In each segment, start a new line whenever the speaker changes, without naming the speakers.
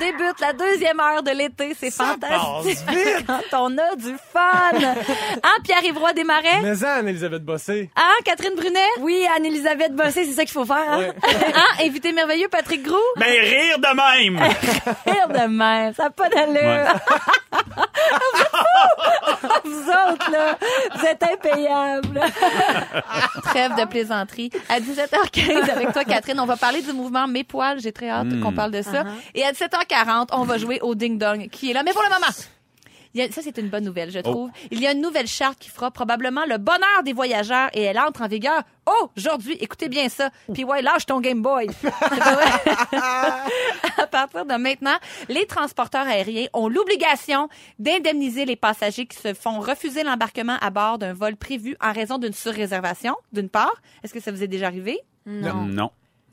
Débute la deuxième heure de l'été, c'est
Ça
fantastique.
passe vite.
Quand on a du fun. Hein, Pierre-Yvroy Desmarais?
Mais ça, Anne-Elisabeth Bossé.
Hein, Catherine Brunet? Oui, Anne-Elisabeth Bossé, c'est ça qu'il faut faire. Hein? Hein, invité merveilleux, Patrick Groux?
Mais rire de même!
Pire de même, ça n'a pas d'allure. vous autres, là, vous êtes impayable. Trêve de plaisanterie. À 17h15, avec toi, Catherine, on va parler du mouvement Mes poils. J'ai très hâte qu'on parle de ça. Et à 17h40, on va jouer au Ding Dong, qui est là. Mais pour le moment, il y a- ça, c'est une bonne nouvelle, je trouve. Il y a une nouvelle charte qui fera probablement le bonheur des voyageurs et elle entre en vigueur aujourd'hui. Écoutez bien ça. Puis ouais, lâche ton Game Boy. C'est pas vrai? à partir de maintenant, les transporteurs aériens ont l'obligation d'indemniser les passagers qui se font refuser l'embarquement à bord d'un vol prévu en raison d'une surréservation, d'une part. Est-ce que ça vous est déjà arrivé?
Non.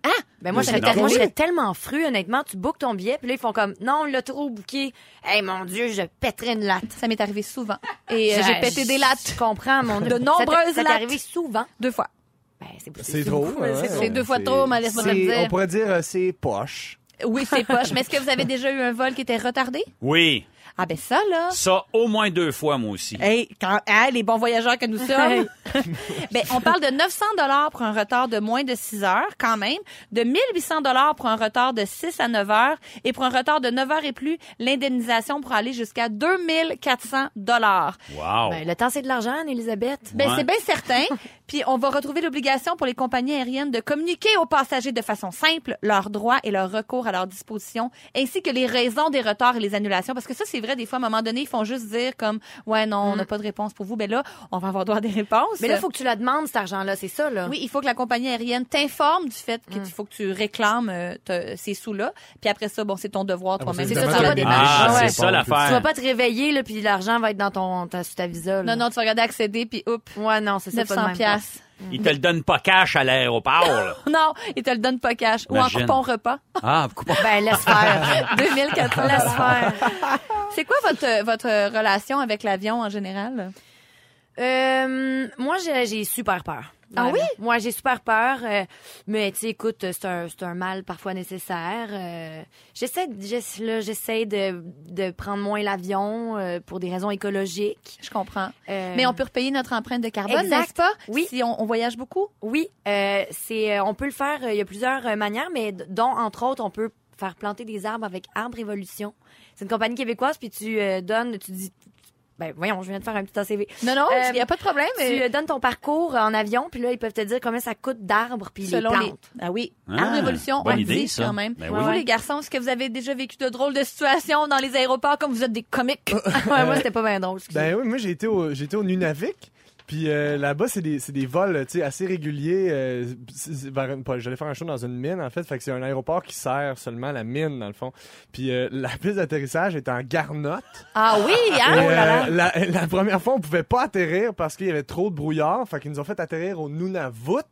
Ah! Ben moi,
Mais
j'avais
c'est
moi,
normal.
j'étais tellement fru, honnêtement. Tu bookes ton billet, puis là, ils font comme, non, on l'a trop booké. Hey, mon Dieu, je pèterais une latte.
Ça m'est arrivé souvent. Et euh, j'ai pété des lattes
Je comprends, mon Dieu.
De nombreuses
ça t'est- ça t'est
lattes.
arrivé souvent.
deux fois.
Ben, c'est possible.
C'est trop.
beaucoup,
ouais,
mais c'est
ouais.
C'est deux fois trop, mais laisse-moi te le
c'est-
dire.
On pourrait dire euh, c'est poche.
Oui, c'est poche. Mais est-ce que vous avez déjà eu un vol qui était retardé?
Oui.
Ah ben ça, là...
Ça, au moins deux fois, moi aussi.
Hey, quand, hein, les bons voyageurs que nous sommes. ben, on parle de 900 dollars pour un retard de moins de 6 heures, quand même, de 1800 dollars pour un retard de 6 à 9 heures, et pour un retard de 9 heures et plus, l'indemnisation pour aller jusqu'à 2400 dollars.
Wow.
Ben, le temps, c'est de l'argent, Anne-Elisabeth.
Ben,
Ouais.
c'est bien certain. Puis, on va retrouver l'obligation pour les compagnies aériennes de communiquer aux passagers de façon simple leurs droits et leurs recours à leur disposition, ainsi que les raisons des retards et les annulations. Parce que ça, c'est vrai, des fois, à un moment donné, ils font juste dire comme, ouais, non, on n'a pas de réponse pour vous. Ben là, on va avoir droit à des réponses.
Mm. Mais là, il faut que tu la demandes, cet argent-là. C'est ça, là.
Oui, il faut que la compagnie aérienne t'informe du fait
Mm.
qu'il faut que tu réclames euh, te- ces sous-là. Puis après ça, bon, c'est ton devoir
Ah, bon,
toi-même.
c'est
C'est ça,
évidemment
ça
la
va
démarrer.
démarche.
Ah,
Ouais.
c'est ça
Tu vas
l'affaire.
pas te réveiller, là, puis l'argent va être dans ton, ta, sur ta visa, là.
Non, non, tu vas regarder accéder, puis oups,
Ouais, non, c'est ça, c'est pas de
900
même.
piastres.
Ils te le donnent pas cash à l'aéroport. là.
Non, ils te le donnent pas cash. Ou en
Imagine.
coupon repas.
Ah, coupon.
Ben, laisse faire.
2400
laisse faire.
C'est quoi votre, votre relation avec l'avion en général?
Euh, moi, j'ai j'ai super peur.
Ah oui?
Moi, j'ai super peur. euh, mais, tu sais, écoute, c'est un, c'est un mal parfois nécessaire. euh, j'essaie de- j'ess- là, j'essaie de, de prendre moins l'avion euh, pour des raisons écologiques.
Je comprends.
Euh,
Mais on peut repayer notre empreinte de carbone,
Exact.
n'est-ce pas?
Oui.
Si on, on voyage beaucoup.
Oui, euh, c'est, euh, on peut le faire. euh, Il y a plusieurs euh, manières, mais d- dont, entre autres, on peut faire planter des arbres avec Arbre Évolution. C'est une compagnie québécoise, puis tu euh, donnes, tu dis... Ben, voyons, je viens de faire un petit ACV.
Non, non, il
Euh,
n'y a pas de problème.
Tu
euh,
euh, donnes ton parcours en avion, puis là, ils peuvent te dire combien ça coûte d'arbres, puis les
selon
plantes.
les. Ah oui.
Ah,
Arbre Révolution,
bonne
on le
idée,
dit
ça.
quand même.
Ben
vous,
oui.
les garçons, est-ce que vous avez déjà vécu de drôles de situations dans les aéroports comme vous êtes des comiques?
Ouais, moi, c'était pas bien drôle. excusez.
Ben oui, moi j'ai été au, j'ai été au Nunavik. Puis euh, là-bas, c'est des, c'est des vols tu sais, assez réguliers. euh, c'est- c'est vers une- pas- J'allais faire un show dans une mine, en fait. Fait que c'est un aéroport qui sert seulement la mine, dans le fond. Puis euh, la piste d'atterrissage est en garnotte.
ah oui, hein?
Et,
Oh là là.
euh, la, la première fois, on pouvait pas atterrir parce qu'il y avait trop de brouillard. Fait qu'ils nous ont fait atterrir au Nunavut.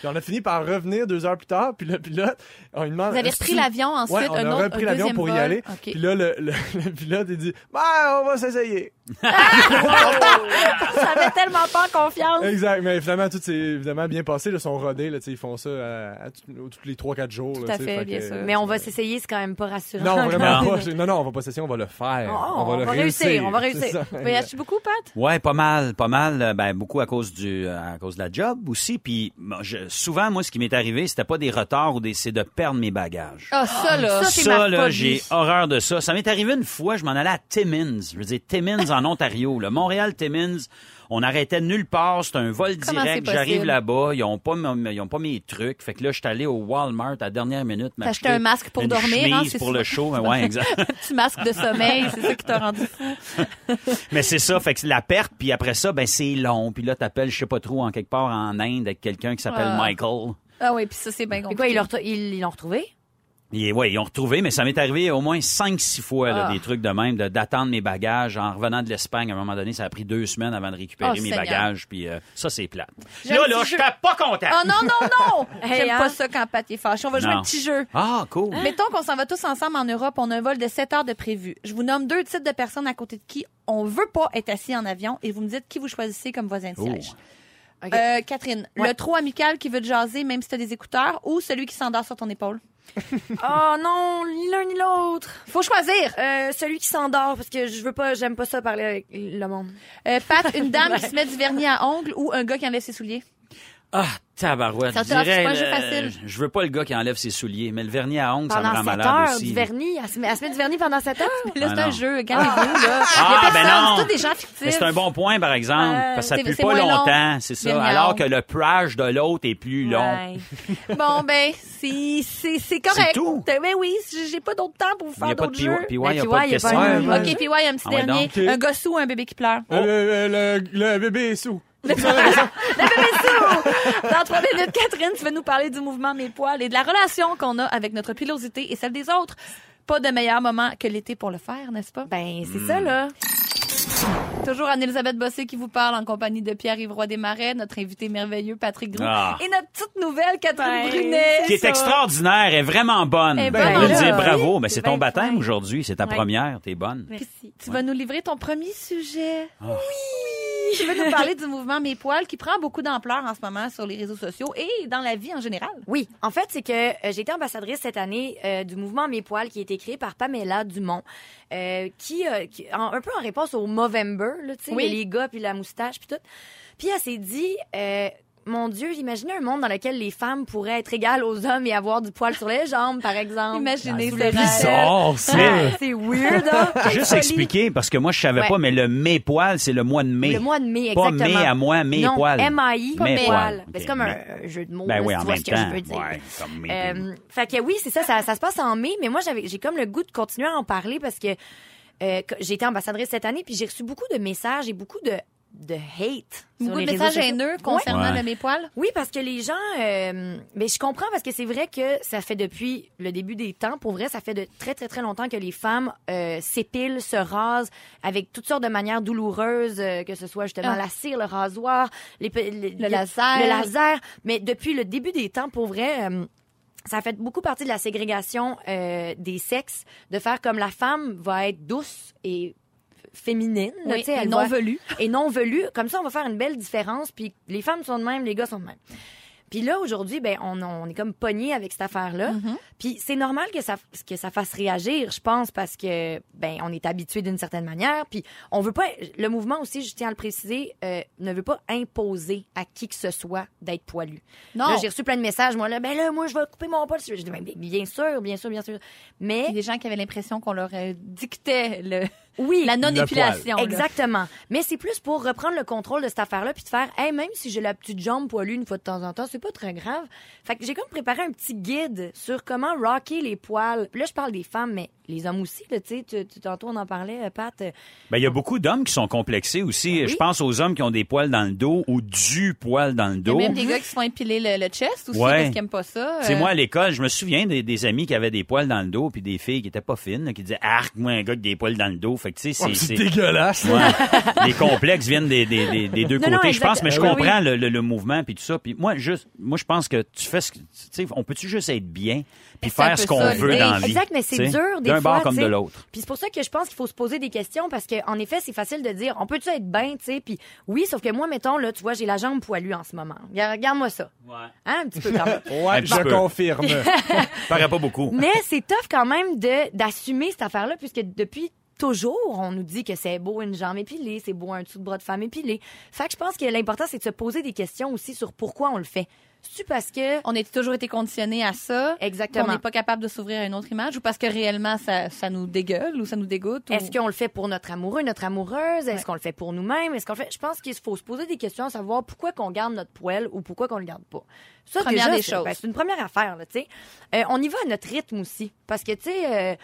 Puis on a fini par revenir deux heures plus tard. Puis le pilote, on lui demande.
Vous avez
Est-ce
repris
que-
l'avion ensuite,
Ouais, on
un
a
autre,
repris
un
l'avion
deuxième
pour y
vol.
aller.
OK.
Puis là, le, le, le pilote, il dit Ben, on va s'essayer.
Ah!
Ben, ah.
J'avais tellement pas confiance.
Euh,
exact. Mais finalement, tout s'est évidemment bien passé. Ils sont rodés. Là, tu sais, ils font ça à, à tout- tous les 3-4 jours. Tout
à fait, bien sûr.
Mais on va s'essayer, c'est quand même pas rassurant.
euh, Non, vraiment
Non.
pas. J'ai- Non, non, on va pas s'essayer, on va le faire.
Oh,
on va, le réussir.
on va
C'est
réussir.
ça.
Voyages-tu beaucoup, Pat?
Ouais, pas mal, pas mal. euh, Ben beaucoup à cause du, euh, à cause de la job aussi. Puis moi, je- souvent, moi, ce qui m'est arrivé, c'était pas des retards ou des, c'est de perdre mes bagages.
Ah, ça, là.
Ça, c'est ma
là,
phobie.
j'ai horreur de ça. Ça m'est arrivé une fois, je m'en allais à Timmins. Je veux dire, Timmins en Ontario, le Montréal-Timmins. On arrêtait nulle part, c'était un vol
Comment c'est
direct.
possible?
J'arrive là-bas, ils ont pas, mon- ils ont pas mes trucs. Fait que là, je suis allé au Walmart à la dernière minute.
T'as acheté
m'acheter
un masque pour
une
dormir, hein,
chemise
c'est
pour
ça?
le show, mais ouais, exact.
Petit masque de sommeil, c'est ça qui t'a rendu fou.
Mais c'est ça, fait que c'est la perte, puis après ça, ben c'est long. Puis là, t'appelles, je sais pas trop, en quelque part en Inde, avec quelqu'un qui s'appelle
Ah.
Michael.
Ah oui, puis ça, c'est bien
Mais
compliqué.
quoi, ils l'ont retou- ils ils l'ont retrouvé?
Et ouais, ils ont retrouvé, mais ça m'est arrivé au moins cinq, six fois, là,
Ah.
des trucs de même, de- d'attendre mes bagages. En revenant de l'Espagne, à un moment donné, ça a pris deux semaines avant de récupérer
Oh,
mes
Seigneur.
bagages, puis euh, ça, c'est plate.
J'ai un
Là,
petit
là, je
jeu.
suis pas content.
Oh non, non, non!
Hey,
J'aime
hein?
pas ça quand Pat est fâché. On va jouer
Non.
un petit jeu.
Ah, cool.
Mettons qu'on s'en va tous ensemble en Europe. On a un vol de 7 heures de prévu. Je vous nomme deux types de personnes à côté de qui on veut pas être assis en avion et vous me dites qui vous choisissez comme voisin de
Oh.
siège.
OK.
Euh, Catherine,
Ouais.
le trop amical qui veut te jaser même si t'as des écouteurs ou celui qui s'endort sur ton épaule?
Oh non, ni l'un ni l'autre.
Faut choisir!
Euh, celui qui s'endort parce que je veux pas, j'aime pas ça parler avec le monde.
Euh, Pat, une dame qui se met du vernis à ongles ou un gars qui enlève ses souliers?
Ah, tabarouette.
Ça te
je
lâche, c'est
dirais,
pas un jeu
euh,
facile.
Je veux pas le gars qui enlève ses souliers, mais le vernis à ongles, ça me
pendant
rend
7
malade
heures,
aussi.
du vernis. Elle se, met, elle se met du vernis pendant 7 heures?
Là,
Ah
c'est un
non.
jeu. Calmez-vous, là.
Ah,
Il y a
ben
personne,
non.
C'est tous des gens
Mais
fictifs.
c'est un bon point, par exemple,
Ouais.
parce que ça
C'est-
pue
Euh, c'est
pas
moins long,
longtemps, c'est ça.
vernis à
Alors
ongles.
que le prage de l'autre est plus long.
Ouais. bon, ben, c'est- c'est c'est correct.
C'est tout?
Mais oui, j'ai- j'ai pas d'autre temps pour vous
Il n'y
faire
a pas de
d'autres
PY,
jeux.
il
Ben,
n'y a
PY,
pas de
y a pas
question.
un-
OK, puis ouais, un petit
Ah ouais,
dernier.
donc.
OK.
Un gosse ou un bébé qui pleure?
Oh.
Euh, euh, le, le bébé est sous.
Dans trois minutes, Catherine, tu vas nous parler du mouvement Mes Poils et de la relation qu'on a avec notre pilosité et celle des autres. Pas de meilleur moment que l'été pour le faire, n'est-ce pas?
Ben,
Hmm.
c'est ça, là.
Toujours Anne-Elisabeth Bossé qui vous parle en compagnie de Pierre-Yves Roy Desmarais, notre invité merveilleux Patrick Groux
Ah.
et notre petite nouvelle Catherine
Ben,
Brunet.
Qui est extraordinaire, est vraiment bonne.
Eh
Je
ben,
veux
voilà.
dire bravo, mais c'est ton
Ben,
baptême
ouais.
aujourd'hui, c'est ta
Ouais.
première, t'es bonne.
Merci.
Tu vas nous livrer ton premier sujet.
Ah.
Oui! Tu veux nous parler du mouvement Mes Poils qui prend beaucoup d'ampleur en ce moment sur les réseaux sociaux et dans la vie en général.
Oui, en fait, c'est que euh, j'ai été ambassadrice cette année euh, du mouvement Mes Poils qui a été créé par Pamela Dumont, euh, qui, euh, qui- en- un peu en réponse au Movember, là, tu sais,
Oui.
les gars puis la moustache puis tout. Puis elle s'est dit, euh, mon Dieu, imaginez un monde dans lequel les femmes pourraient être égales aux hommes et avoir du poil sur les jambes, par exemple.
Imaginez
Ah,
Sous
ce
le
rêve. Ah,
visage.
ça.
C'est weird, hein?
Juste
Folie.
expliquer, parce que moi, je savais
Ouais.
pas, mais le mai poil, c'est le mois de mai.
Le mois de mai,
Pas
exactement.
mai à moi, mai
non,
poil.
M-A-I,
Pas
poil.
mai poil.
Mais C'est
Ok,
comme un,
mai.
un jeu de mots,
Ben
là,
oui,
si
en
tu vois
même
ce que je
temps.
veux dire.
Ouais, comme mai.
Euh, fait que oui, c'est ça, ça, ça se passe en mai, mais moi j'avais j'ai comme le goût de continuer à en parler parce que euh, que- j'ai été ambassadrice cette année puis j'ai reçu beaucoup de messages et beaucoup de de hate sur
Beaucoup
les
de
réseaux
messages
sociaux.
haineux concernant
Ouais.
le Mes Poils.
Oui, parce que les gens, euh, ben, je comprends parce que c'est vrai que ça fait depuis le début des temps, pour vrai, ça fait de très très très longtemps que les femmes euh, s'épilent, se rasent avec toutes sortes de manières douloureuses, euh, que ce soit justement
Ah.
la cire, le rasoir, les, pe- les-
Le
les-
laser.
le laser. Mais depuis le début des temps, pour vrai. euh, ça fait beaucoup partie de la ségrégation euh, des sexes, de faire comme la femme va être douce et f- féminine, là, tu sais, elle
non
va-
velu.
et non velu. Comme ça, on va faire une belle différence. Puis les femmes sont de même, les gars sont de même. Puis là, aujourd'hui, ben, on, on est comme pogné avec cette affaire-là.
Mhm.
Puis c'est normal que ça, que ça fasse réagir, je pense, parce que, ben, on est habitué d'une certaine manière. Puis on veut pas. Le mouvement aussi, je tiens à le préciser, euh, ne veut pas imposer à qui que ce soit d'être poilu.
Non.
Là, j'ai reçu plein de messages, moi, là, ben là, moi, je vais couper mon poil. Je dis, ben, bien sûr, bien sûr, bien sûr. Mais
Il y a des gens qui avaient l'impression qu'on leur euh, dictait le,
oui,
la non-épilation. là.
Exactement. Mais c'est plus pour reprendre le contrôle de cette affaire-là puis de faire, hey, même si j'ai la petite jambe poilue une fois de temps en temps, c'est pas très grave. Fait que j'ai comme préparé un petit guide sur comment rocker les poils. Puis là, je parle des femmes, mais les hommes aussi, là, tu sais, tu- tu- tantôt on en parlait, euh, Pat. Euh,
Ben, il y a beaucoup d'hommes qui sont complexés aussi.
Ben Oui.
Je pense aux hommes qui ont des poils dans le dos ou du poil dans le
Il y a
dos.
même des gars qui se font épiler le, le chest aussi
Ouais.
parce qu'ils aiment pas ça.
C'est
Euh,
moi à l'école, je me souviens des, des amis qui avaient des poils dans le dos puis des filles qui étaient pas fines, là, qui disaient arc moi un gars avec des poils dans le dos. Fait que tu sais,
Oh,
c'est-
c'est
c'est
dégueulasse.
Ouais. les complexes viennent des, des, des, des deux
Non, non,
côtés, je
exact- Ah
pense, mais je
oui,
comprends le, le- le mouvement puis tout ça. Puis moi, juste, moi, je pense que tu fais ce que, tu sais, on peut-tu juste être bien puis
C'est un
faire
peu
ce qu'on
ça,
veut
l'idée.
dans la vie.
Exact, mais c'est
tu sais,
dur des
D'un
fois,
bord comme
tu sais.
de l'autre.
Puis c'est pour ça que je pense qu'il faut se poser des questions parce que en effet, c'est facile de dire, on peut-tu être bien, tu sais. Puis oui, sauf que moi, mettons, là, tu vois, j'ai la jambe poilue en ce moment. Regarde- Regarde-moi ça. Hein, un petit peu quand même.
Ouais,
Un
je
petit peu.
confirme.
Paraît pas beaucoup.
Mais c'est tough quand même de d'assumer cette affaire-là, puisque depuis toujours, on nous dit que c'est beau une jambe épilée, c'est beau un dessous de bras de femme épilé. Fait que je pense que l'important, c'est de se poser des questions aussi sur pourquoi on le fait. C'est-tu parce que...
On a toujours été conditionnés à ça.
Exactement.
On n'est pas capable de s'ouvrir à une autre image ou parce que réellement ça, ça nous dégueule ou ça nous dégoûte. ou-
Est-ce qu'on le fait pour notre amoureux, notre amoureuse? Est-ce qu'on le fait pour nous-mêmes? Est-ce qu'on le fait? Je pense qu'il faut se poser des questions à savoir pourquoi qu'on garde notre poêle ou pourquoi qu'on le garde pas. Ça,
Première
déjà,
des
c'est-
choses.
ben, c'est une première affaire, là, tu sais. Euh, on y va à notre rythme aussi. Parce que, tu sais, euh,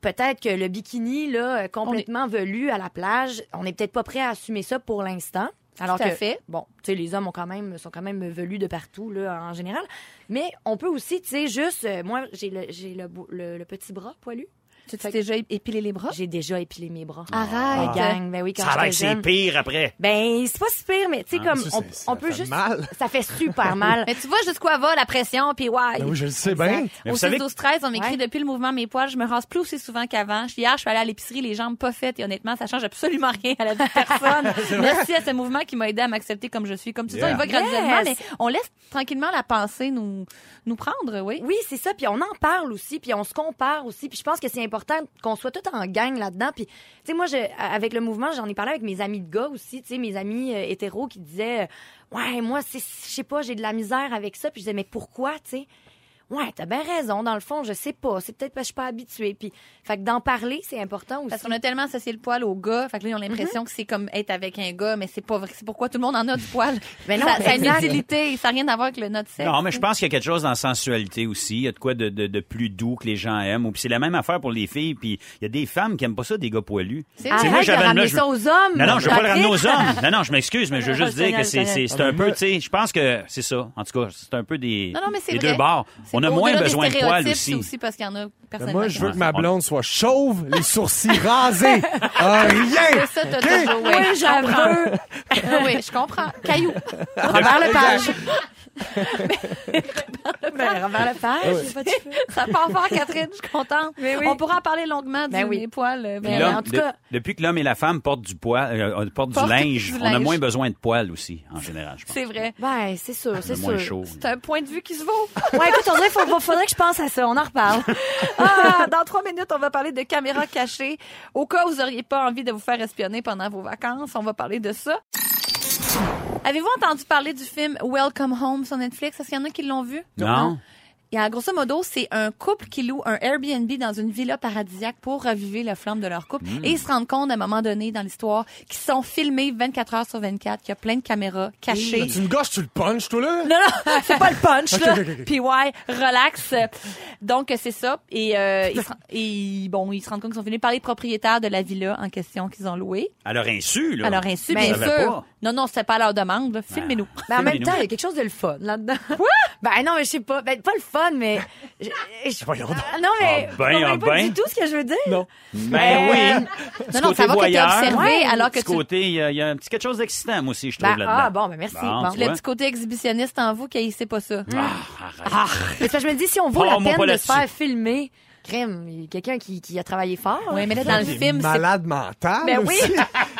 peut-être que le bikini, là, euh, complètement velu à la plage, on n'est peut-être pas prêt à assumer ça pour l'instant. Alors
à
que,
fait.
bon, tu sais, les hommes ont quand même, sont quand même velus de partout, là, en général. Mais on peut aussi, tu sais, juste, euh, moi, j'ai le, j'ai le, bou- le- le petit bras poilu.
Tu t'es déjà épilé les bras?
J'ai déjà épilé mes bras.
Arrête.
La gang, ben oui, quand
Ah. Ça a l'air
j'étais
que c'est
jeune.
pire Ah, après.
Ben, c'est pas si pire, mais tu sais, comme,
ça,
on,
c'est- ça
on peut
fait
juste.
mal.
Ça fait super mal.
Mais tu vois jusqu'où va la pression, puis ouais.
Ben oui, je le sais bien.
Mais
Au
vous savez
6 12 13 on m'écrit
Ouais.
depuis le mouvement Mes poils, je me rase plus aussi souvent qu'avant. Hier, je suis allée à l'épicerie, les jambes pas faites, et honnêtement, ça change absolument rien à la vie de personne. Merci à ce mouvement qui m'a aidé à m'accepter comme je suis. Comme tu
Yeah.
dis, on y va graduellement,
Yes.
mais on laisse tranquillement la pensée nous, nous prendre, oui.
Oui, c'est ça. Puis on en parle aussi, puis on se compare aussi. Puis je pense que c'est important qu'on soit tout en gang là-dedans. Puis, tu sais, moi, je, avec le mouvement, j'en ai parlé avec mes amis de gars aussi, tu sais, mes amis euh, hétéros qui disaient euh, Ouais, moi, c'est, je sais pas, j'ai de la misère avec ça. Puis je disais Mais pourquoi, tu sais Ouais, t'as bien raison. Dans le fond, je sais pas. C'est peut-être parce que je suis pas habituée. Puis, fait que d'en parler, c'est important aussi. Mhm.
Parce qu'on a tellement associé le poil au gars, fait que là, ils ont l'impression que c'est comme être avec un gars, mais c'est pas vrai. C'est pourquoi tout le monde en a du poil.
Mais Ben non,
ça, ça a une
exact.
utilité, ça n'a rien à voir avec le notre sexe.
Non, mais je pense qu'il y a quelque chose dans la sensualité aussi. Il y a de quoi de, de- de plus doux que les gens aiment. Ou Puis c'est la même affaire pour les filles. Puis il y a des femmes qui aiment pas ça, des gars poilus.
C'est
Tu sais,
Arrête
moi,
de
j'avais une-
ramener
là, je-
ça aux hommes.
Non, non, je vais pas le ramener aux
Patrick.
hommes. Non, non, je m'excuse, mais je veux juste
Je
dire que c'est
signale, je
c'est- c'est un peu, tu sais, je pense que c'est ça. En tout cas, c'est un peu des,
Non, non, mais c'est
des
vrai.
deux bords.
C'est
On a
au-
moins
au-delà des
besoin de poils
stéréotypes,
aussi.
C'est aussi parce qu'il y en a personne.
Moi, je veux que ma
Ouais.
blonde soit chauve, les sourcils rasés. Ah, rien!
C'est ça, t'as
OK?
toujours, ouais.
Oui, j'avoue.
Ah oui, je comprends. Caillou.
Robert Lepage. Mais Ben, Robert
Ah
Lepage,
ouais.
j'ai pas de cheveux.
Ça part fort, Catherine. Je suis contente.
Mais oui.
On pourra en parler longuement
Ben
du
oui.
mes poils. euh,
Puis
mais-
l'homme-
l'homme-
en tout
de-
cas-
depuis que l'homme et la femme portent du poil, euh, euh, portent du
Portent
linge,
du
on a
linge.
moins besoin de poils aussi, en général, je pense.
C'est vrai.
Ouais, c'est sûr, c'est
Le
sûr.
moins chaud.
C'est un point de vue qui se vaut.
Ouais, écoute, on dirait qu'il faut- faudrait que je pense à ça. On en reparle.
Ah, dans trois minutes, on va parler de caméras cachées. Au cas où vous n'auriez pas envie de vous faire espionner pendant vos vacances, on va parler de ça. Avez-vous entendu parler du film Welcome Home sur Netflix? Est-ce qu'il y en a qui l'ont vu?
Non?
Et en grosso modo, c'est un couple qui loue un Airbnb dans une villa paradisiaque pour raviver la flamme de leur couple. Et ils se rendent compte, à un moment donné dans l'histoire, qu'ils sont filmés 24 heures sur 24, qu'il y a plein de caméras cachées.
Tu me gâches, tu le punches, toi, là?
Non, non, c'est pas le punch, là.
Ok, ok, ok.
Puis ouais, relax. Donc, c'est ça. Et, euh, ils, se, ren- et, bon, ils se rendent compte qu'ils sont venus par les propriétaires de la villa en question qu'ils ont louée.
À leur insu, là.
À leur insu,
Je
bien
savais
sûr.
pas.
Non, non, c'était pas à leur demande. là. Filmez-nous.
Ben, en même
Filmez-nous.
temps, il y a quelque chose de le fun là-dedans. Quoi? Ben non, mais je sais pas. Ben, pas le fun, mais. je- je-
Voyons donc.
Ah, non, mais.
Ah ben,
vous comprenez
ah
pas
ben.
du tout ce que je veux dire.
Non.
Ben oui. Du
Non, non,
côté
ça va que t'es
voyeur,
observé
Ouais.
alors que
du
tu
côté, il y, a- il y a un petit quelque chose d'excitant, moi aussi, je trouve,
Ben,
là-dedans.
ah, bon, ben merci.
Bon,
Bon.
tu
Le
vois. Ah.
petit côté exhibitionniste en vous qui sait pas ça. Ah.
Mais c'est parce que je me dis, si on vaut la
Parle-moi pas
peine de se
là-dessus.
faire filmer, crème, il y a quelqu'un qui, qui a travaillé fort. Ben,
Oui, mais là, dans le
T'es
film, c'est
malade mental.
Ben oui.
aussi.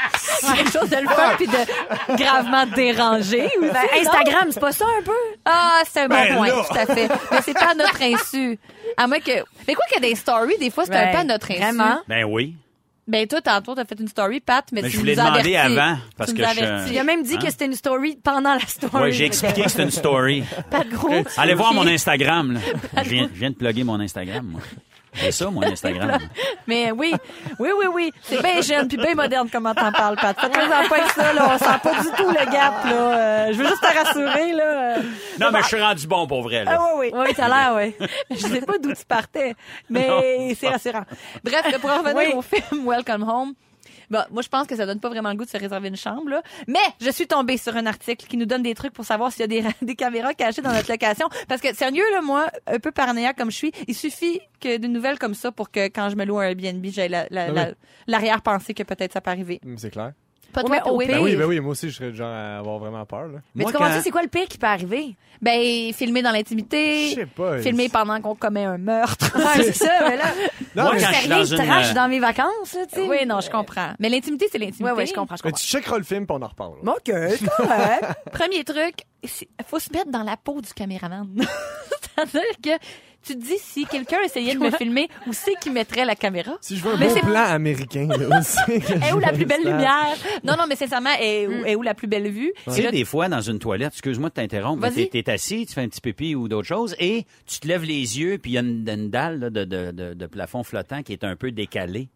quelque chose de le faire puis de gravement déranger. aussi,
Ben,
non?
Instagram, c'est pas ça un peu?
Ah, c'est un bon
Ben
point,
là.
tout à fait. Mais c'est pas à notre insu. À moins que. Mais quoi que des stories, des fois, c'est un
Ben,
peu à notre insu.
vraiment.
Ben oui.
Ben, toi, tantôt, t'as fait une story, Pat, mais,
Mais
tu
je voulais
nous as
demander
avertis.
avant, parce
tu
que
nous as
je-
Il
avertis.
a même dit
Hein?
que c'était une story pendant la
Ah.
story.
Oui, j'ai expliqué que c'était une story.
Pat Gros.
Allez voir mon
Puis-
Instagram, là. Je viens, je viens de plugger mon Instagram, moi. C'est ça, mon Instagram.
Mais oui, oui, oui, oui. C'est bien jeune puis bien moderne comment t'en parles, Pat. Fais présent pas avec ça, là. On sent pas du tout le gap, là. Euh, je veux juste te rassurer, là. Euh,
Non, mais je suis rendu bon pour vrai, là.
Ah oui, oui. Oui, t'as l'air, oui. Je sais pas d'où tu partais, mais c'est rassurant. Bref, pour en revenir
Oui.
au film Welcome Home. Bon, moi, je pense que ça donne pas vraiment le goût de se réserver une chambre, là. Mais je suis tombée sur un article qui nous donne des trucs pour savoir s'il y a des, ra- des caméras cachées dans notre location. Parce que, sérieux, là, moi, un peu paranoïaque comme je suis, il suffit que d'une nouvelle comme ça pour que quand je me loue un Airbnb, j'ai la- la-
Ah oui.
la- l'arrière-pensée que peut-être ça peut arriver.
Hum, C'est clair.
Pas
Ouais, mais au
Poé?
pire-
Ben oui, ben oui, moi aussi, je serais le genre à avoir vraiment peur, là.
Mais
Moi,
tu comprends
quand-
ça, c'est quoi le pire qui peut arriver?
Ben, filmer dans
Je sais
l'intimité.
pas.
Filmer pendant qu'on commet un meurtre.
Ouais, c'est ça, mais là.
Non,
Moi,
mais,
quand je
C'est
suis
rien
dans
de
une,
trash
euh,
dans mes vacances, là, tu sais.
Oui, non, je comprends. Mais l'intimité, c'est l'intimité.
Ouais, ouais, je comprends, je
mais
comprends.
tu checkeras le film, puis on en reparle.
Bon, OK, c'est correct.
Premier truc, il faut se mettre dans la peau du caméraman. C'est-à-dire que tu te dis si quelqu'un essayait de me filmer, où c'est qu'il mettrait la caméra?
Si je veux un
Mais
bon
c'est-
plan américain, là aussi. que
Et
je
où la
me
plus belle
installe.
lumière? Non, non, mais sincèrement, eh, et
Mm.
où, est où la plus belle vue?
Tu
Et
sais,
là,
des fois, dans une toilette, excuse-moi de t'interrompre, mais
Vas-y.
t'es- t'es assis, tu fais un petit pipi ou d'autres choses, et tu te lèves les yeux, puis il y a une, une dalle là, de, de- de- de plafond flottant qui est un peu décalée.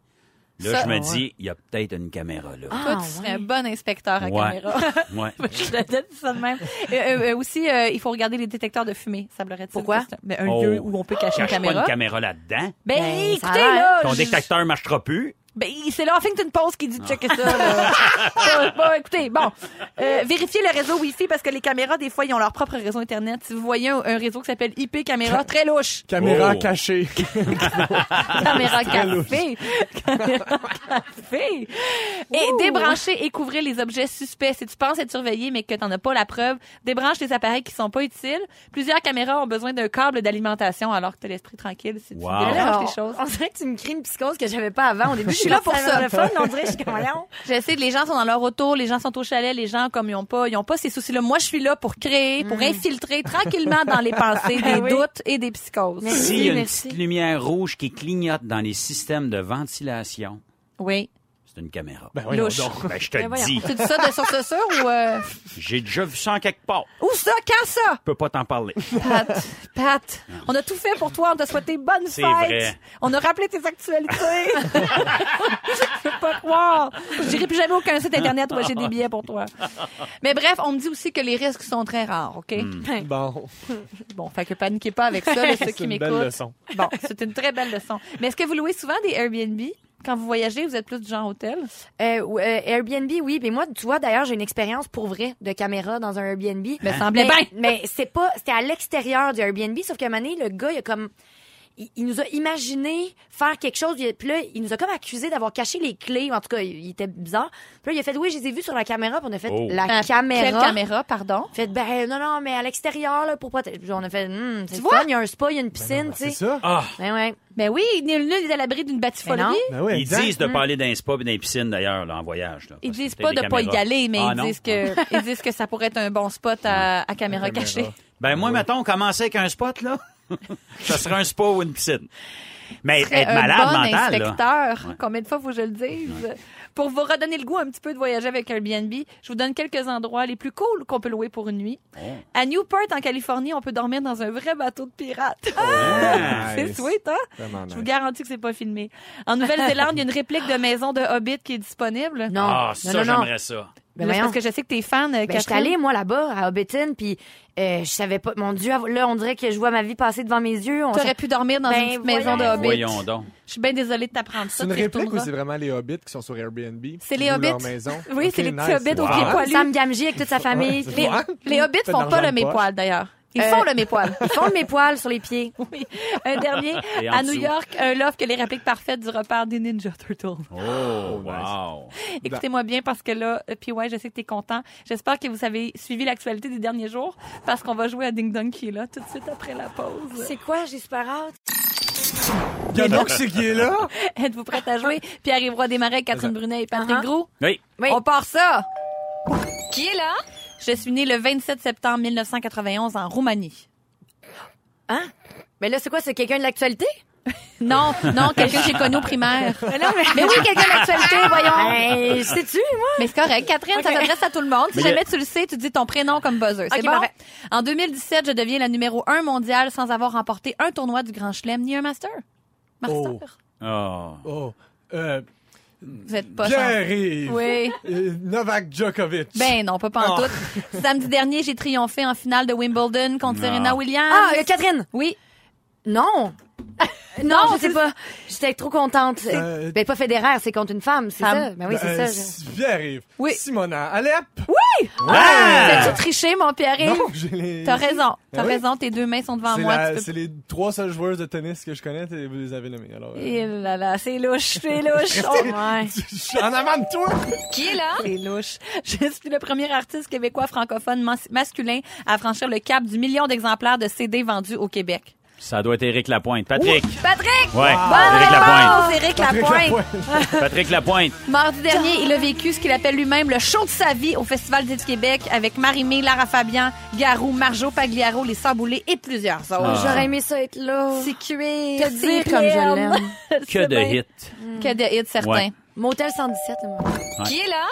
Là,
Ça-
je me
Ah,
dis, il y a peut-être une caméra là.
Toi,
Ah,
tu serais
ouais.
un bon inspecteur à
Ouais.
caméra.
Ouais.
Je te dis ça de même. Euh, euh, euh, aussi, euh, il faut regarder les détecteurs de fumée, semblerait-il.
Pourquoi?
Que c'est un- ben, un
Oh.
lieu où on peut cacher
Cache
une caméra.
pas une caméra là-dedans.
Ben,
Ben, ça
écoutez,
a l'air.
là,
Ton
je-
détecteur marchera plus.
Ben, il- c'est Huffington Post qui dit de checker ça. là. Bon, bon, écoutez, bon, Euh, vérifiez le réseau Wi-Fi parce que les caméras, des fois, ils ont leur propre réseau Internet. Si vous voyez un, un réseau qui s'appelle IP Caméra, très louche.
Caméra
Oh.
cachée.
Caméra
louche.
café. Caméra café. Et débranchez et couvrez les objets suspects. Si tu penses être surveillé mais que t'en as pas la preuve, débranche les appareils qui sont pas utiles. Plusieurs caméras ont besoin d'un câble d'alimentation alors que t'as l'esprit tranquille si tu
Wow.
débranches
Alors,
les choses.
On dirait que tu me crées une psychose que j'avais pas avant. Au début, je suis là pour
Ça
ça.
va
Le fun, on dirait, je suis comme, voyons.
Je sais, les gens sont dans leur auto, les gens sont au chalet, les gens, comme ils ont pas, ils ont pas ces soucis-là. Moi, je suis là pour créer, pour infiltrer tranquillement dans les pensées des
oui.
doutes et des psychoses.
Mais-
S'il y a une
merci.
petite lumière rouge qui clignote dans les systèmes de ventilation,
Oui.
c'est une caméra.
Ben voyons
Louche.
donc.
Ben, je
Ben
te
voyons.
dis,
Tu dis ça de source sûre ou, euh,
j'ai déjà vu ça en quelque part.
ou ça, quand ça?
Je peux pas t'en parler.
Pat, Pat, on a tout fait pour toi. On t'a souhaité bonne
C'est
fête.
vrai.
On a rappelé tes actualités. Je peux pas croire. J'irai plus jamais aucun site Internet où j'ai des billets pour toi. Mais bref, on me dit aussi que les risques sont très rares, OK?
Bon,
Bon, fait que paniquez pas avec ça, là, ceux
c'est
qui
une belle
m'écoutent.
leçon.
Bon, c'est une très belle leçon. Mais est-ce que vous louez souvent des Airbnb? Quand vous voyagez, vous êtes plus du genre hôtel?
Euh, ou- euh, Airbnb, oui. Mais moi, tu vois, d'ailleurs, j'ai une expérience pour vrai de caméra dans un Airbnb.
Me semblait
mais,
bien.
Mais c'est pas, c'était à l'extérieur du Airbnb, sauf qu'à un moment donné, le gars, il a comme, il, il nous a imaginé faire quelque chose, il- puis là, il nous a comme accusé d'avoir caché les clés, ou en tout cas, il, il était bizarre. Puis là, il a fait, oui, je les ai vus sur la caméra, puis on a fait
Oh.
la
Ah, Quelle
caméra.
caméra, pardon?
Fait, ben, non, non, mais à l'extérieur, là, pour protéger. Puis on a fait, hum,
Tu
c'est le
vois?
fun, il y a un spa, il
Ben
y a une piscine, tu
C'est
sais.
ça?
Ah,
Ben, ouais.
Ben oui, nul nul n'est à l'abri d'une
Mais non.
batifolerie.
Ben oui,
ils
exact.
disent de pas aller dans les spas et dans les piscines, d'ailleurs, là, en voyage. là,
Hmm. Ils
parce que
disent
t'as
pas
des
de pas y
caméras.
aller, mais
Ah,
ils,
non?
disent que, ils disent que ça pourrait être un bon spot à, à caméra cachée.
Ben moi, mettons, on commençait avec un spot, là. ça serait un spa ou une piscine. Mais
Très
être
un
malade
bon
mental, là.
inspecteur.
Ouais.
Combien de fois faut que je le dise? Pour vous redonner le goût un petit peu de voyager avec Airbnb, je vous donne quelques endroits les plus cool qu'on peut louer pour une nuit.
Oh.
À Newport, en Californie, on peut dormir dans un vrai bateau de pirates.
Ah,
c'est
nice.
sweet, hein?
Vraiment
Je vous
nice.
garantis que c'est pas filmé. En Nouvelle-Zélande, il y a une réplique de maison de Hobbit qui est disponible.
Non.
Ah,
non,
ça,
non, non.
j'aimerais ça.
Ben,
Là, c'est
voyons.
parce que je sais que t'es fan, euh,
Ben, j'étais
Catherine.
allée, moi, là-bas, à Hobbiton, puis euh, je savais pas. Mon Dieu, là, on dirait que je vois ma vie passer devant mes yeux. On
T'aurais pu dormir dans
Ben,
une petite maison de
voyons.
Hobbit.
Voyons donc.
Je suis bien désolée de t'apprendre ça.
C'est une
tu y
réplique ou
retourneras.
c'est vraiment les hobbits qui sont sur Airbnb?
C'est
qui
les
louent leur
Hobbits.
maison?
Oui,
Ok,
c'est les petits
nice.
Hobbits aux
Wow.
pieds poilus. euh,
Sam Gamgee avec toute sa famille.
Ouais,
les,
Ouais.
Les hobbits
Faites
font
de
pas
l'argent
le
de
mes
poche.
poils d'ailleurs. Ils
Euh,
font le mes poils.
ils font mes poils sur les pieds.
Oui. Un dernier
Et en
à
dessous.
New York, un love que les répliques parfaites du repère des Ninja Turtles.
Bah.
Oh,
nice.
wow.
Écoutez-moi bien parce que là, euh, puis ouais, je sais que t'es content. J'espère que vous avez suivi l'actualité des derniers jours parce qu'on va jouer à Ding Dong qui est là tout de suite après la pause.
C'est quoi, j'ai super hâte?
Il y a donc c'est qui est là?
Êtes-vous prête à jouer? Puis arrive Roy Desmarais, Catherine Brunet et Patrick
Uh-huh.
Gros.
Oui.
Oui.
On part ça!
Qui est là?
Je suis née le 27 septembre 1991 en Roumanie.
Hein? Mais là, c'est quoi? C'est quelqu'un de l'actualité?
Non, non, quelqu'un que j'ai connu au primaire.
mais oui, quelqu'un de l'actualité, voyons! Ben, sais-tu, moi?
Mais c'est correct. Catherine, ça s'adresse à tout le monde. Si jamais tu le sais, tu dis ton prénom comme buzzer. C'est
Ok,
bon?
parfait.
En 2017, je deviens la numéro un mondiale sans avoir remporté un tournoi du Grand Chelem ni un master. Master.
Oh.
Oh.
Oh, euh,
Vous êtes pas
Pierre-Yves.
chanceux. Oui.
Euh, Novak Djokovic.
Ben non,
Oh.
pas en tout. Samedi dernier, j'ai triomphé en finale de Wimbledon contre
Non.
Serena Williams.
Ah, euh, Catherine!
oui.
Non! non, je sais pas. J'étais trop contente.
Euh,
Ben, pas fédéraire, c'est contre une femme, c'est
Femme.
ça? Ben oui, c'est
Euh,
ça. je-
Pierre-Yves.
Oui.
Simona Alep.
T'as-tu triché, mon Pierre?
Non, j'ai les...
T'as raison. T'as
Ah oui?
raison. Tes deux mains sont devant
C'est
moi.
la-
Tu peux
c'est les trois seules joueuses de tennis que je connais, t'es- vous les avez nommées. Alors, euh,
Eh là là, c'est louche, c'est louche. Oh, ouais.
je suis en avant de toi!
Qui est là?
C'est louche. Je suis le premier artiste québécois francophone mas- masculin à franchir le cap du million d'exemplaires de CD vendus au Québec.
Ça doit être Éric Lapointe. Patrick.
Patrick!
Ouais.
Bonne
Éric Lapointe.
réponse, Éric Lapointe.
Patrick Lapointe.
Mardi dernier, il a vécu ce qu'il appelle lui-même le show de sa vie au Festival du Québec avec Marimé, Lara Fabian, Garou, Marjo, Pagliaro, Les Saboulés et plusieurs
Ah.
autres.
Oh, J'aurais aimé ça être là.
C'est cuir.
Que dire comme je l'aime.
Que de hits.
Que de hits, certains.
Ouais.
Motel 117, là, moi.
Qui est là?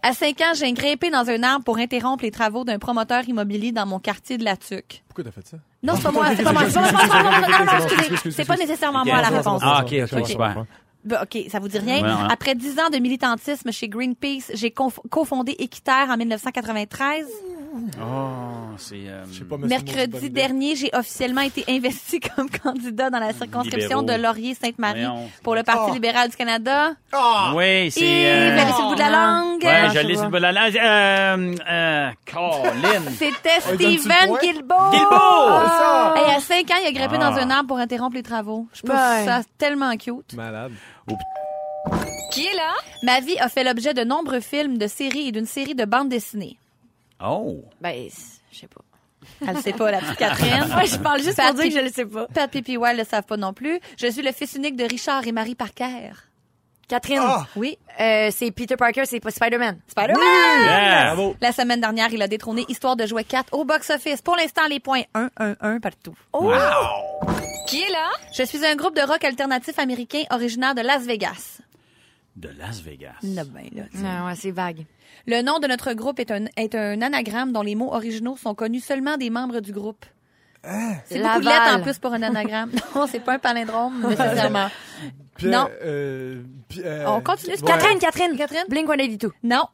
À 5 ans, j'ai grimpé dans un arbre pour interrompre les travaux d'un promoteur immobilier dans mon quartier de la Tuque.
Pourquoi t'as fait ça?
Non, c'est pas moi, c'est pas moi. C'est pas moi, c'est pas moi, c'est pas moi, excusez. C'est pas nécessairement moi la
Ok.
réponse.
Ah, ok, ok, super.
Bah, OK, ça vous dit rien.
Ouais, ouais.
Après 10 ans de militantisme chez Greenpeace, j'ai conf- cofondé Équiterre en 1993.
Oh, c'est. euh,
Je sais pas, mais c'est une mauvaise bonne
Mercredi
idée.
dernier, j'ai officiellement été investie comme candidat dans la circonscription
Libéraux.
de Laurier-Sainte-Marie
Voyons.
pour le Parti
Oh.
libéral du Canada.
Oui,
Et
c'est. euh,
vous allez sur le bout de la langue.
Ouais, je
je
l'ai
vois.
sur le bol à la- Euh, euh, Colin.
C'était
Ah,
On lui donne-tu le
Steven
point?
Guilbeault.
Guilbeault!
Ah! Hey, à 5 ans, il a grimpé
Ah.
dans un arbre pour interrompre les travaux. Je trouve
Ouais.
ça tellement cute.
Ben.
Malade.
Qui est là? Ma vie a fait l'objet de nombreux films, de séries et d'une série de bandes dessinées.
Oh.
Ben, c'est- je sais pas.
Elle le sait pas, la petite Catherine.
Moi, je parle juste
Pat
pour dire que
Pi-
je le sais pas.
Pat Pipi Wild le savent pas non plus. Je suis le fils unique de Richard et Marie Parker.
Catherine,
Ah!
Oui.
euh, c'est Peter Parker, c'est pas Spider-Man.
Spider-Man!
Yeah.
Bravo.
La semaine dernière, il a détrôné Histoire de jouer 4 au box-office. Pour l'instant, les points 1, 1, 1 partout.
Wow.
Oh! Qui est là? Je suis un groupe de rock alternatif américain originaire de Las Vegas.
De Las Vegas.
Non, ben là, tu-
Non, ouais, c'est vague.
Le nom de notre groupe est un, est un anagramme dont les mots originaux sont connus seulement des membres du groupe. C'est beaucoup de
Laval.
lettres en plus pour un anagramme. non, c'est pas un palindrome, nécessairement.
Puis,
Non.
euh, puis, euh,
On continue.
ouais.
Catherine, Catherine, Catherine. Blink 182.
Non.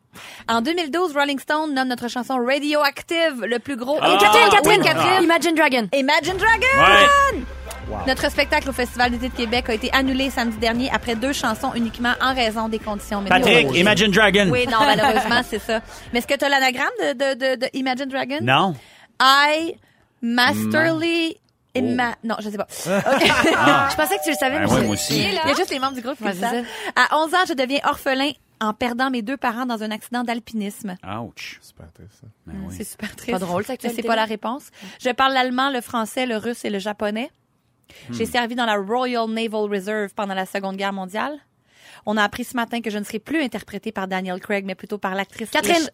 En 2012, Rolling Stone nomme notre chanson Radioactive le plus gros.
Ah,
Et
Catherine, Catherine,
oui,
Catherine. Imagine Dragon.
Imagine Dragon!
Ouais.
Notre spectacle au Festival d'été de Québec a été annulé samedi dernier après deux chansons uniquement en raison des conditions
Patrick,
météorologiques.
Imagine Dragon.
Oui, non, malheureusement, c'est ça. Mais est-ce que tu as l'anagramme de, de, de, de Imagine Dragon?
Non.
I masterly...
Mm.
Ima-
Oh.
Non, je sais pas.
Ah.
Je pensais que tu le savais,
Ben
mais
ouais,
je-
moi aussi.
Il y a juste les membres du groupe qui
Ouais,
le
c'est
savent. À 11 ans, je deviens orphelin en perdant mes deux parents dans un accident d'alpinisme.
Ouch.
Super triste, ça.
Ben oui.
C'est super triste.
Pas drôle, cette
Mais c'est
actualité-là.
pas la réponse. Je parle l'allemand, le français, le russe et le japonais. J'ai servi dans la Royal Naval Reserve pendant la Seconde Guerre mondiale. On a appris ce matin que je ne serai plus interprétée par Daniel Craig, mais plutôt par l'actrice
Catherine.
et-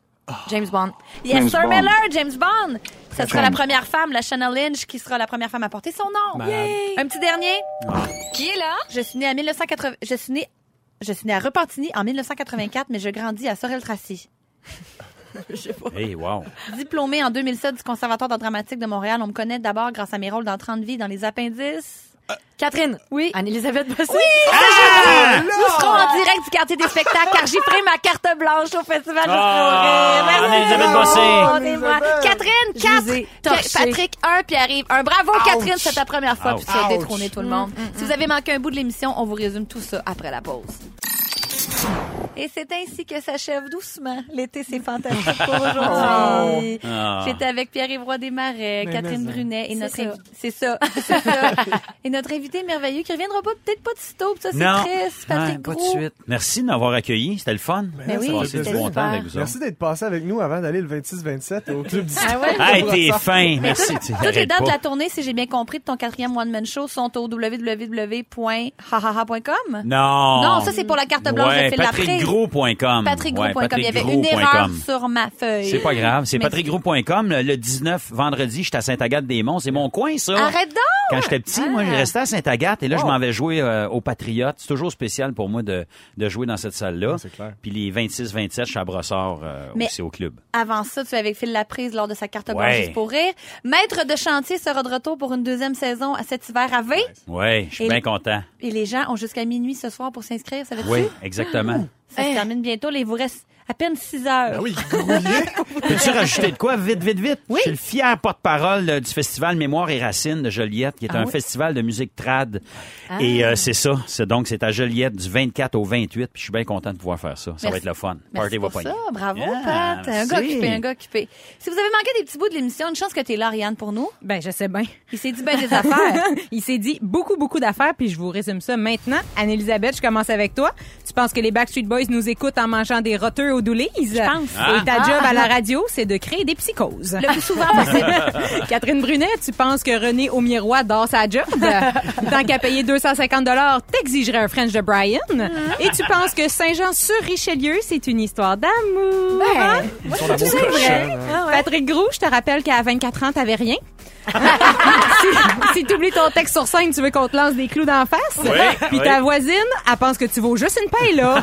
James Bond.
Yes,
James
Sir
Bond.
Miller, James Bond. Ce sera la première femme, la Shanna Lynch, qui sera la première femme à porter son nom.
Malade.
Un petit dernier. Qui est là? Je suis née à 1980. Je suis née. Je suis née à Repentigny en 1984, mais je grandis à Sorel-Tracy.
Hey, wow.
Diplômée en 2007 du Conservatoire d'art dramatique de Montréal, on me connaît d'abord grâce à mes rôles dans 30 vies, dans Les Appendices.
Catherine.
Oui.
Anne-Elisabeth Bossé.
Ah!
Nous serons en direct du quartier des spectacles car j'ai pris ma carte blanche au Festival de
Ah, Anne-Elisabeth
Oh,
Bossé.
c'est moi. Catherine,
Je vous ai
4.
torché.
Patrick, 1, puis arrive. Un bravo, Catherine, c'est ta première fois,
Ouch.
puis tu as détrôné tout le
Mm,
monde. Si vous avez manqué un bout de l'émission, on vous résume tout ça après la pause. Et c'est ainsi que s'achève doucement. L'été, c'est fantastique pour aujourd'hui.
Ah.
J'étais avec Pierre-Yves Roy Desmarais,
Mais,
Catherine
mais,
Brunet et
C'est
notre
ça.
invi- c'est ça, c'est ça. et notre invité merveilleux qui reviendra pas peut-être pas de sitôt, puis ça c'est
Non.
triste,
Ouais,
Patrick
pas de
Gros.
suite. Merci de m'avoir accueilli. C'était le fun.
Mais oui,
J'ai passé du
c'était
bon
super.
temps avec vous. autres.
Merci d'être passé avec nous avant d'aller le 26-27 au Club du
Ah ouais.
Hey, t'es fin. Merci. tu
Toutes les
arrêtes
dates de
pas.
la tournée, si j'ai bien compris, de ton quatrième One Man Show sont au www.hahaha.com.
Non.
Non, ça, c'est pour la carte blanche
ouais,
de Phil Laprise.
patrickgros.com.
PatrickGros.com.
Ouais,
Il y avait une
patrickgros.com.
erreur sur ma feuille.
C'est pas grave. C'est
Mais-
patrickgros.com. Le le 19, vendredi, j'étais à Sainte-Agathe-des-Monts. C'est mon coin, ça.
Arrête hein. donc!
Quand j'étais petit, moi, je restais à Sainte-Agathe et
Oh.
là, je m'en vais jouer euh, aux Patriotes. C'est toujours spécial pour moi de, de jouer dans cette salle-là.
Ouais, c'est clair.
Puis les 26-27, je suis à Brossard euh,
Mais-
aussi au club.
Avant ça, tu es avec Phil Laprise lors de sa carte blanche
Ouais.
juste pour rire. Maître de chantier sera de retour pour une deuxième saison à cet hiver à V.
Oui, je suis
Et-
bien content.
Et les gens ont jusqu'à minuit ce soir pour s'inscrire, ça va
Oui, exactement.
Ça se termine bientôt. Là, il vous reste à peine 6 heures.
Ah oui, grouillé.
Peux-tu rajouter de quoi? Vite, vite, vite. Je suis le fier porte-parole euh, du festival Mémoire et Racines de Joliette, qui est
Ah
un festival de musique trad. Et euh, c'est ça. C'est donc, c'est à Joliette du 24 au 28. Puis je suis bien content de pouvoir faire ça. Ça va
Merci.
être le fun.
Merci
va
pour ça.
poigner.
Bravo,
Yeah,
Pat. Un gars
merci.
occupé, un gars occupé. Si vous avez manqué des petits bouts de l'émission, une chance que tu es là, Ariane, pour nous.
Ben, je sais bien.
Il s'est dit ben des affaires.
Il s'est dit beaucoup, beaucoup d'affaires, puis je vous résume ça maintenant. Anne-Elisabeth, je commence avec toi. Tu penses que les Backstreet Boys nous écoutent en mangeant des roteux aux doulises? Je
pense. Ah.
Et ta job à la radio, c'est de créer des psychoses.
Le plus souvent possible.
Catherine Brunet, tu penses que René au miroir dort sa job? Tant qu'à payer 250 t'exigerais un French de Brian.
Ah.
Et tu penses que Saint-Jean-sur-Richelieu, c'est une histoire d'amour?
Ben,
Hein?
Ils sont dans mon
Ah.
C'est vrai.
cochon, hein.
Patrick Groux, je te rappelle qu'à 24 ans, t'avais rien. si tu oublies ton texte sur scène, tu veux qu'on te lance des clous d'en face. Puis
oui.
ta voisine, elle pense que tu vaux juste une paille, là.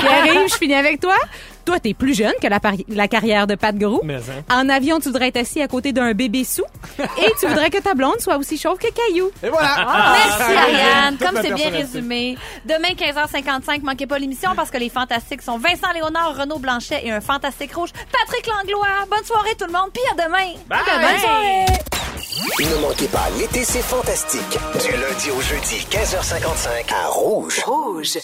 Puis arrive, je finis avec toi. Toi, t'es plus jeune que la, pari- la carrière de Pat Gros.
Mais, hein.
En avion, tu voudrais être assis à côté d'un bébé sous. Et tu voudrais que ta blonde soit aussi chauve que Caillou.
Et voilà!
Ah,
Merci Ariane,
Toute
comme
ma
c'est bien
personnalité.
résumé. Demain 15h55, manquez pas l'émission parce que les fantastiques sont Vincent Léonard, Renaud Blanchet et un fantastique rouge, Patrick Langlois. Bonne soirée tout le monde, puis à demain. À demain. Bonne soirée.
Ne manquez pas, l'été, c'est fantastique. Du lundi au jeudi, 15h55, à Rouge. Rouge.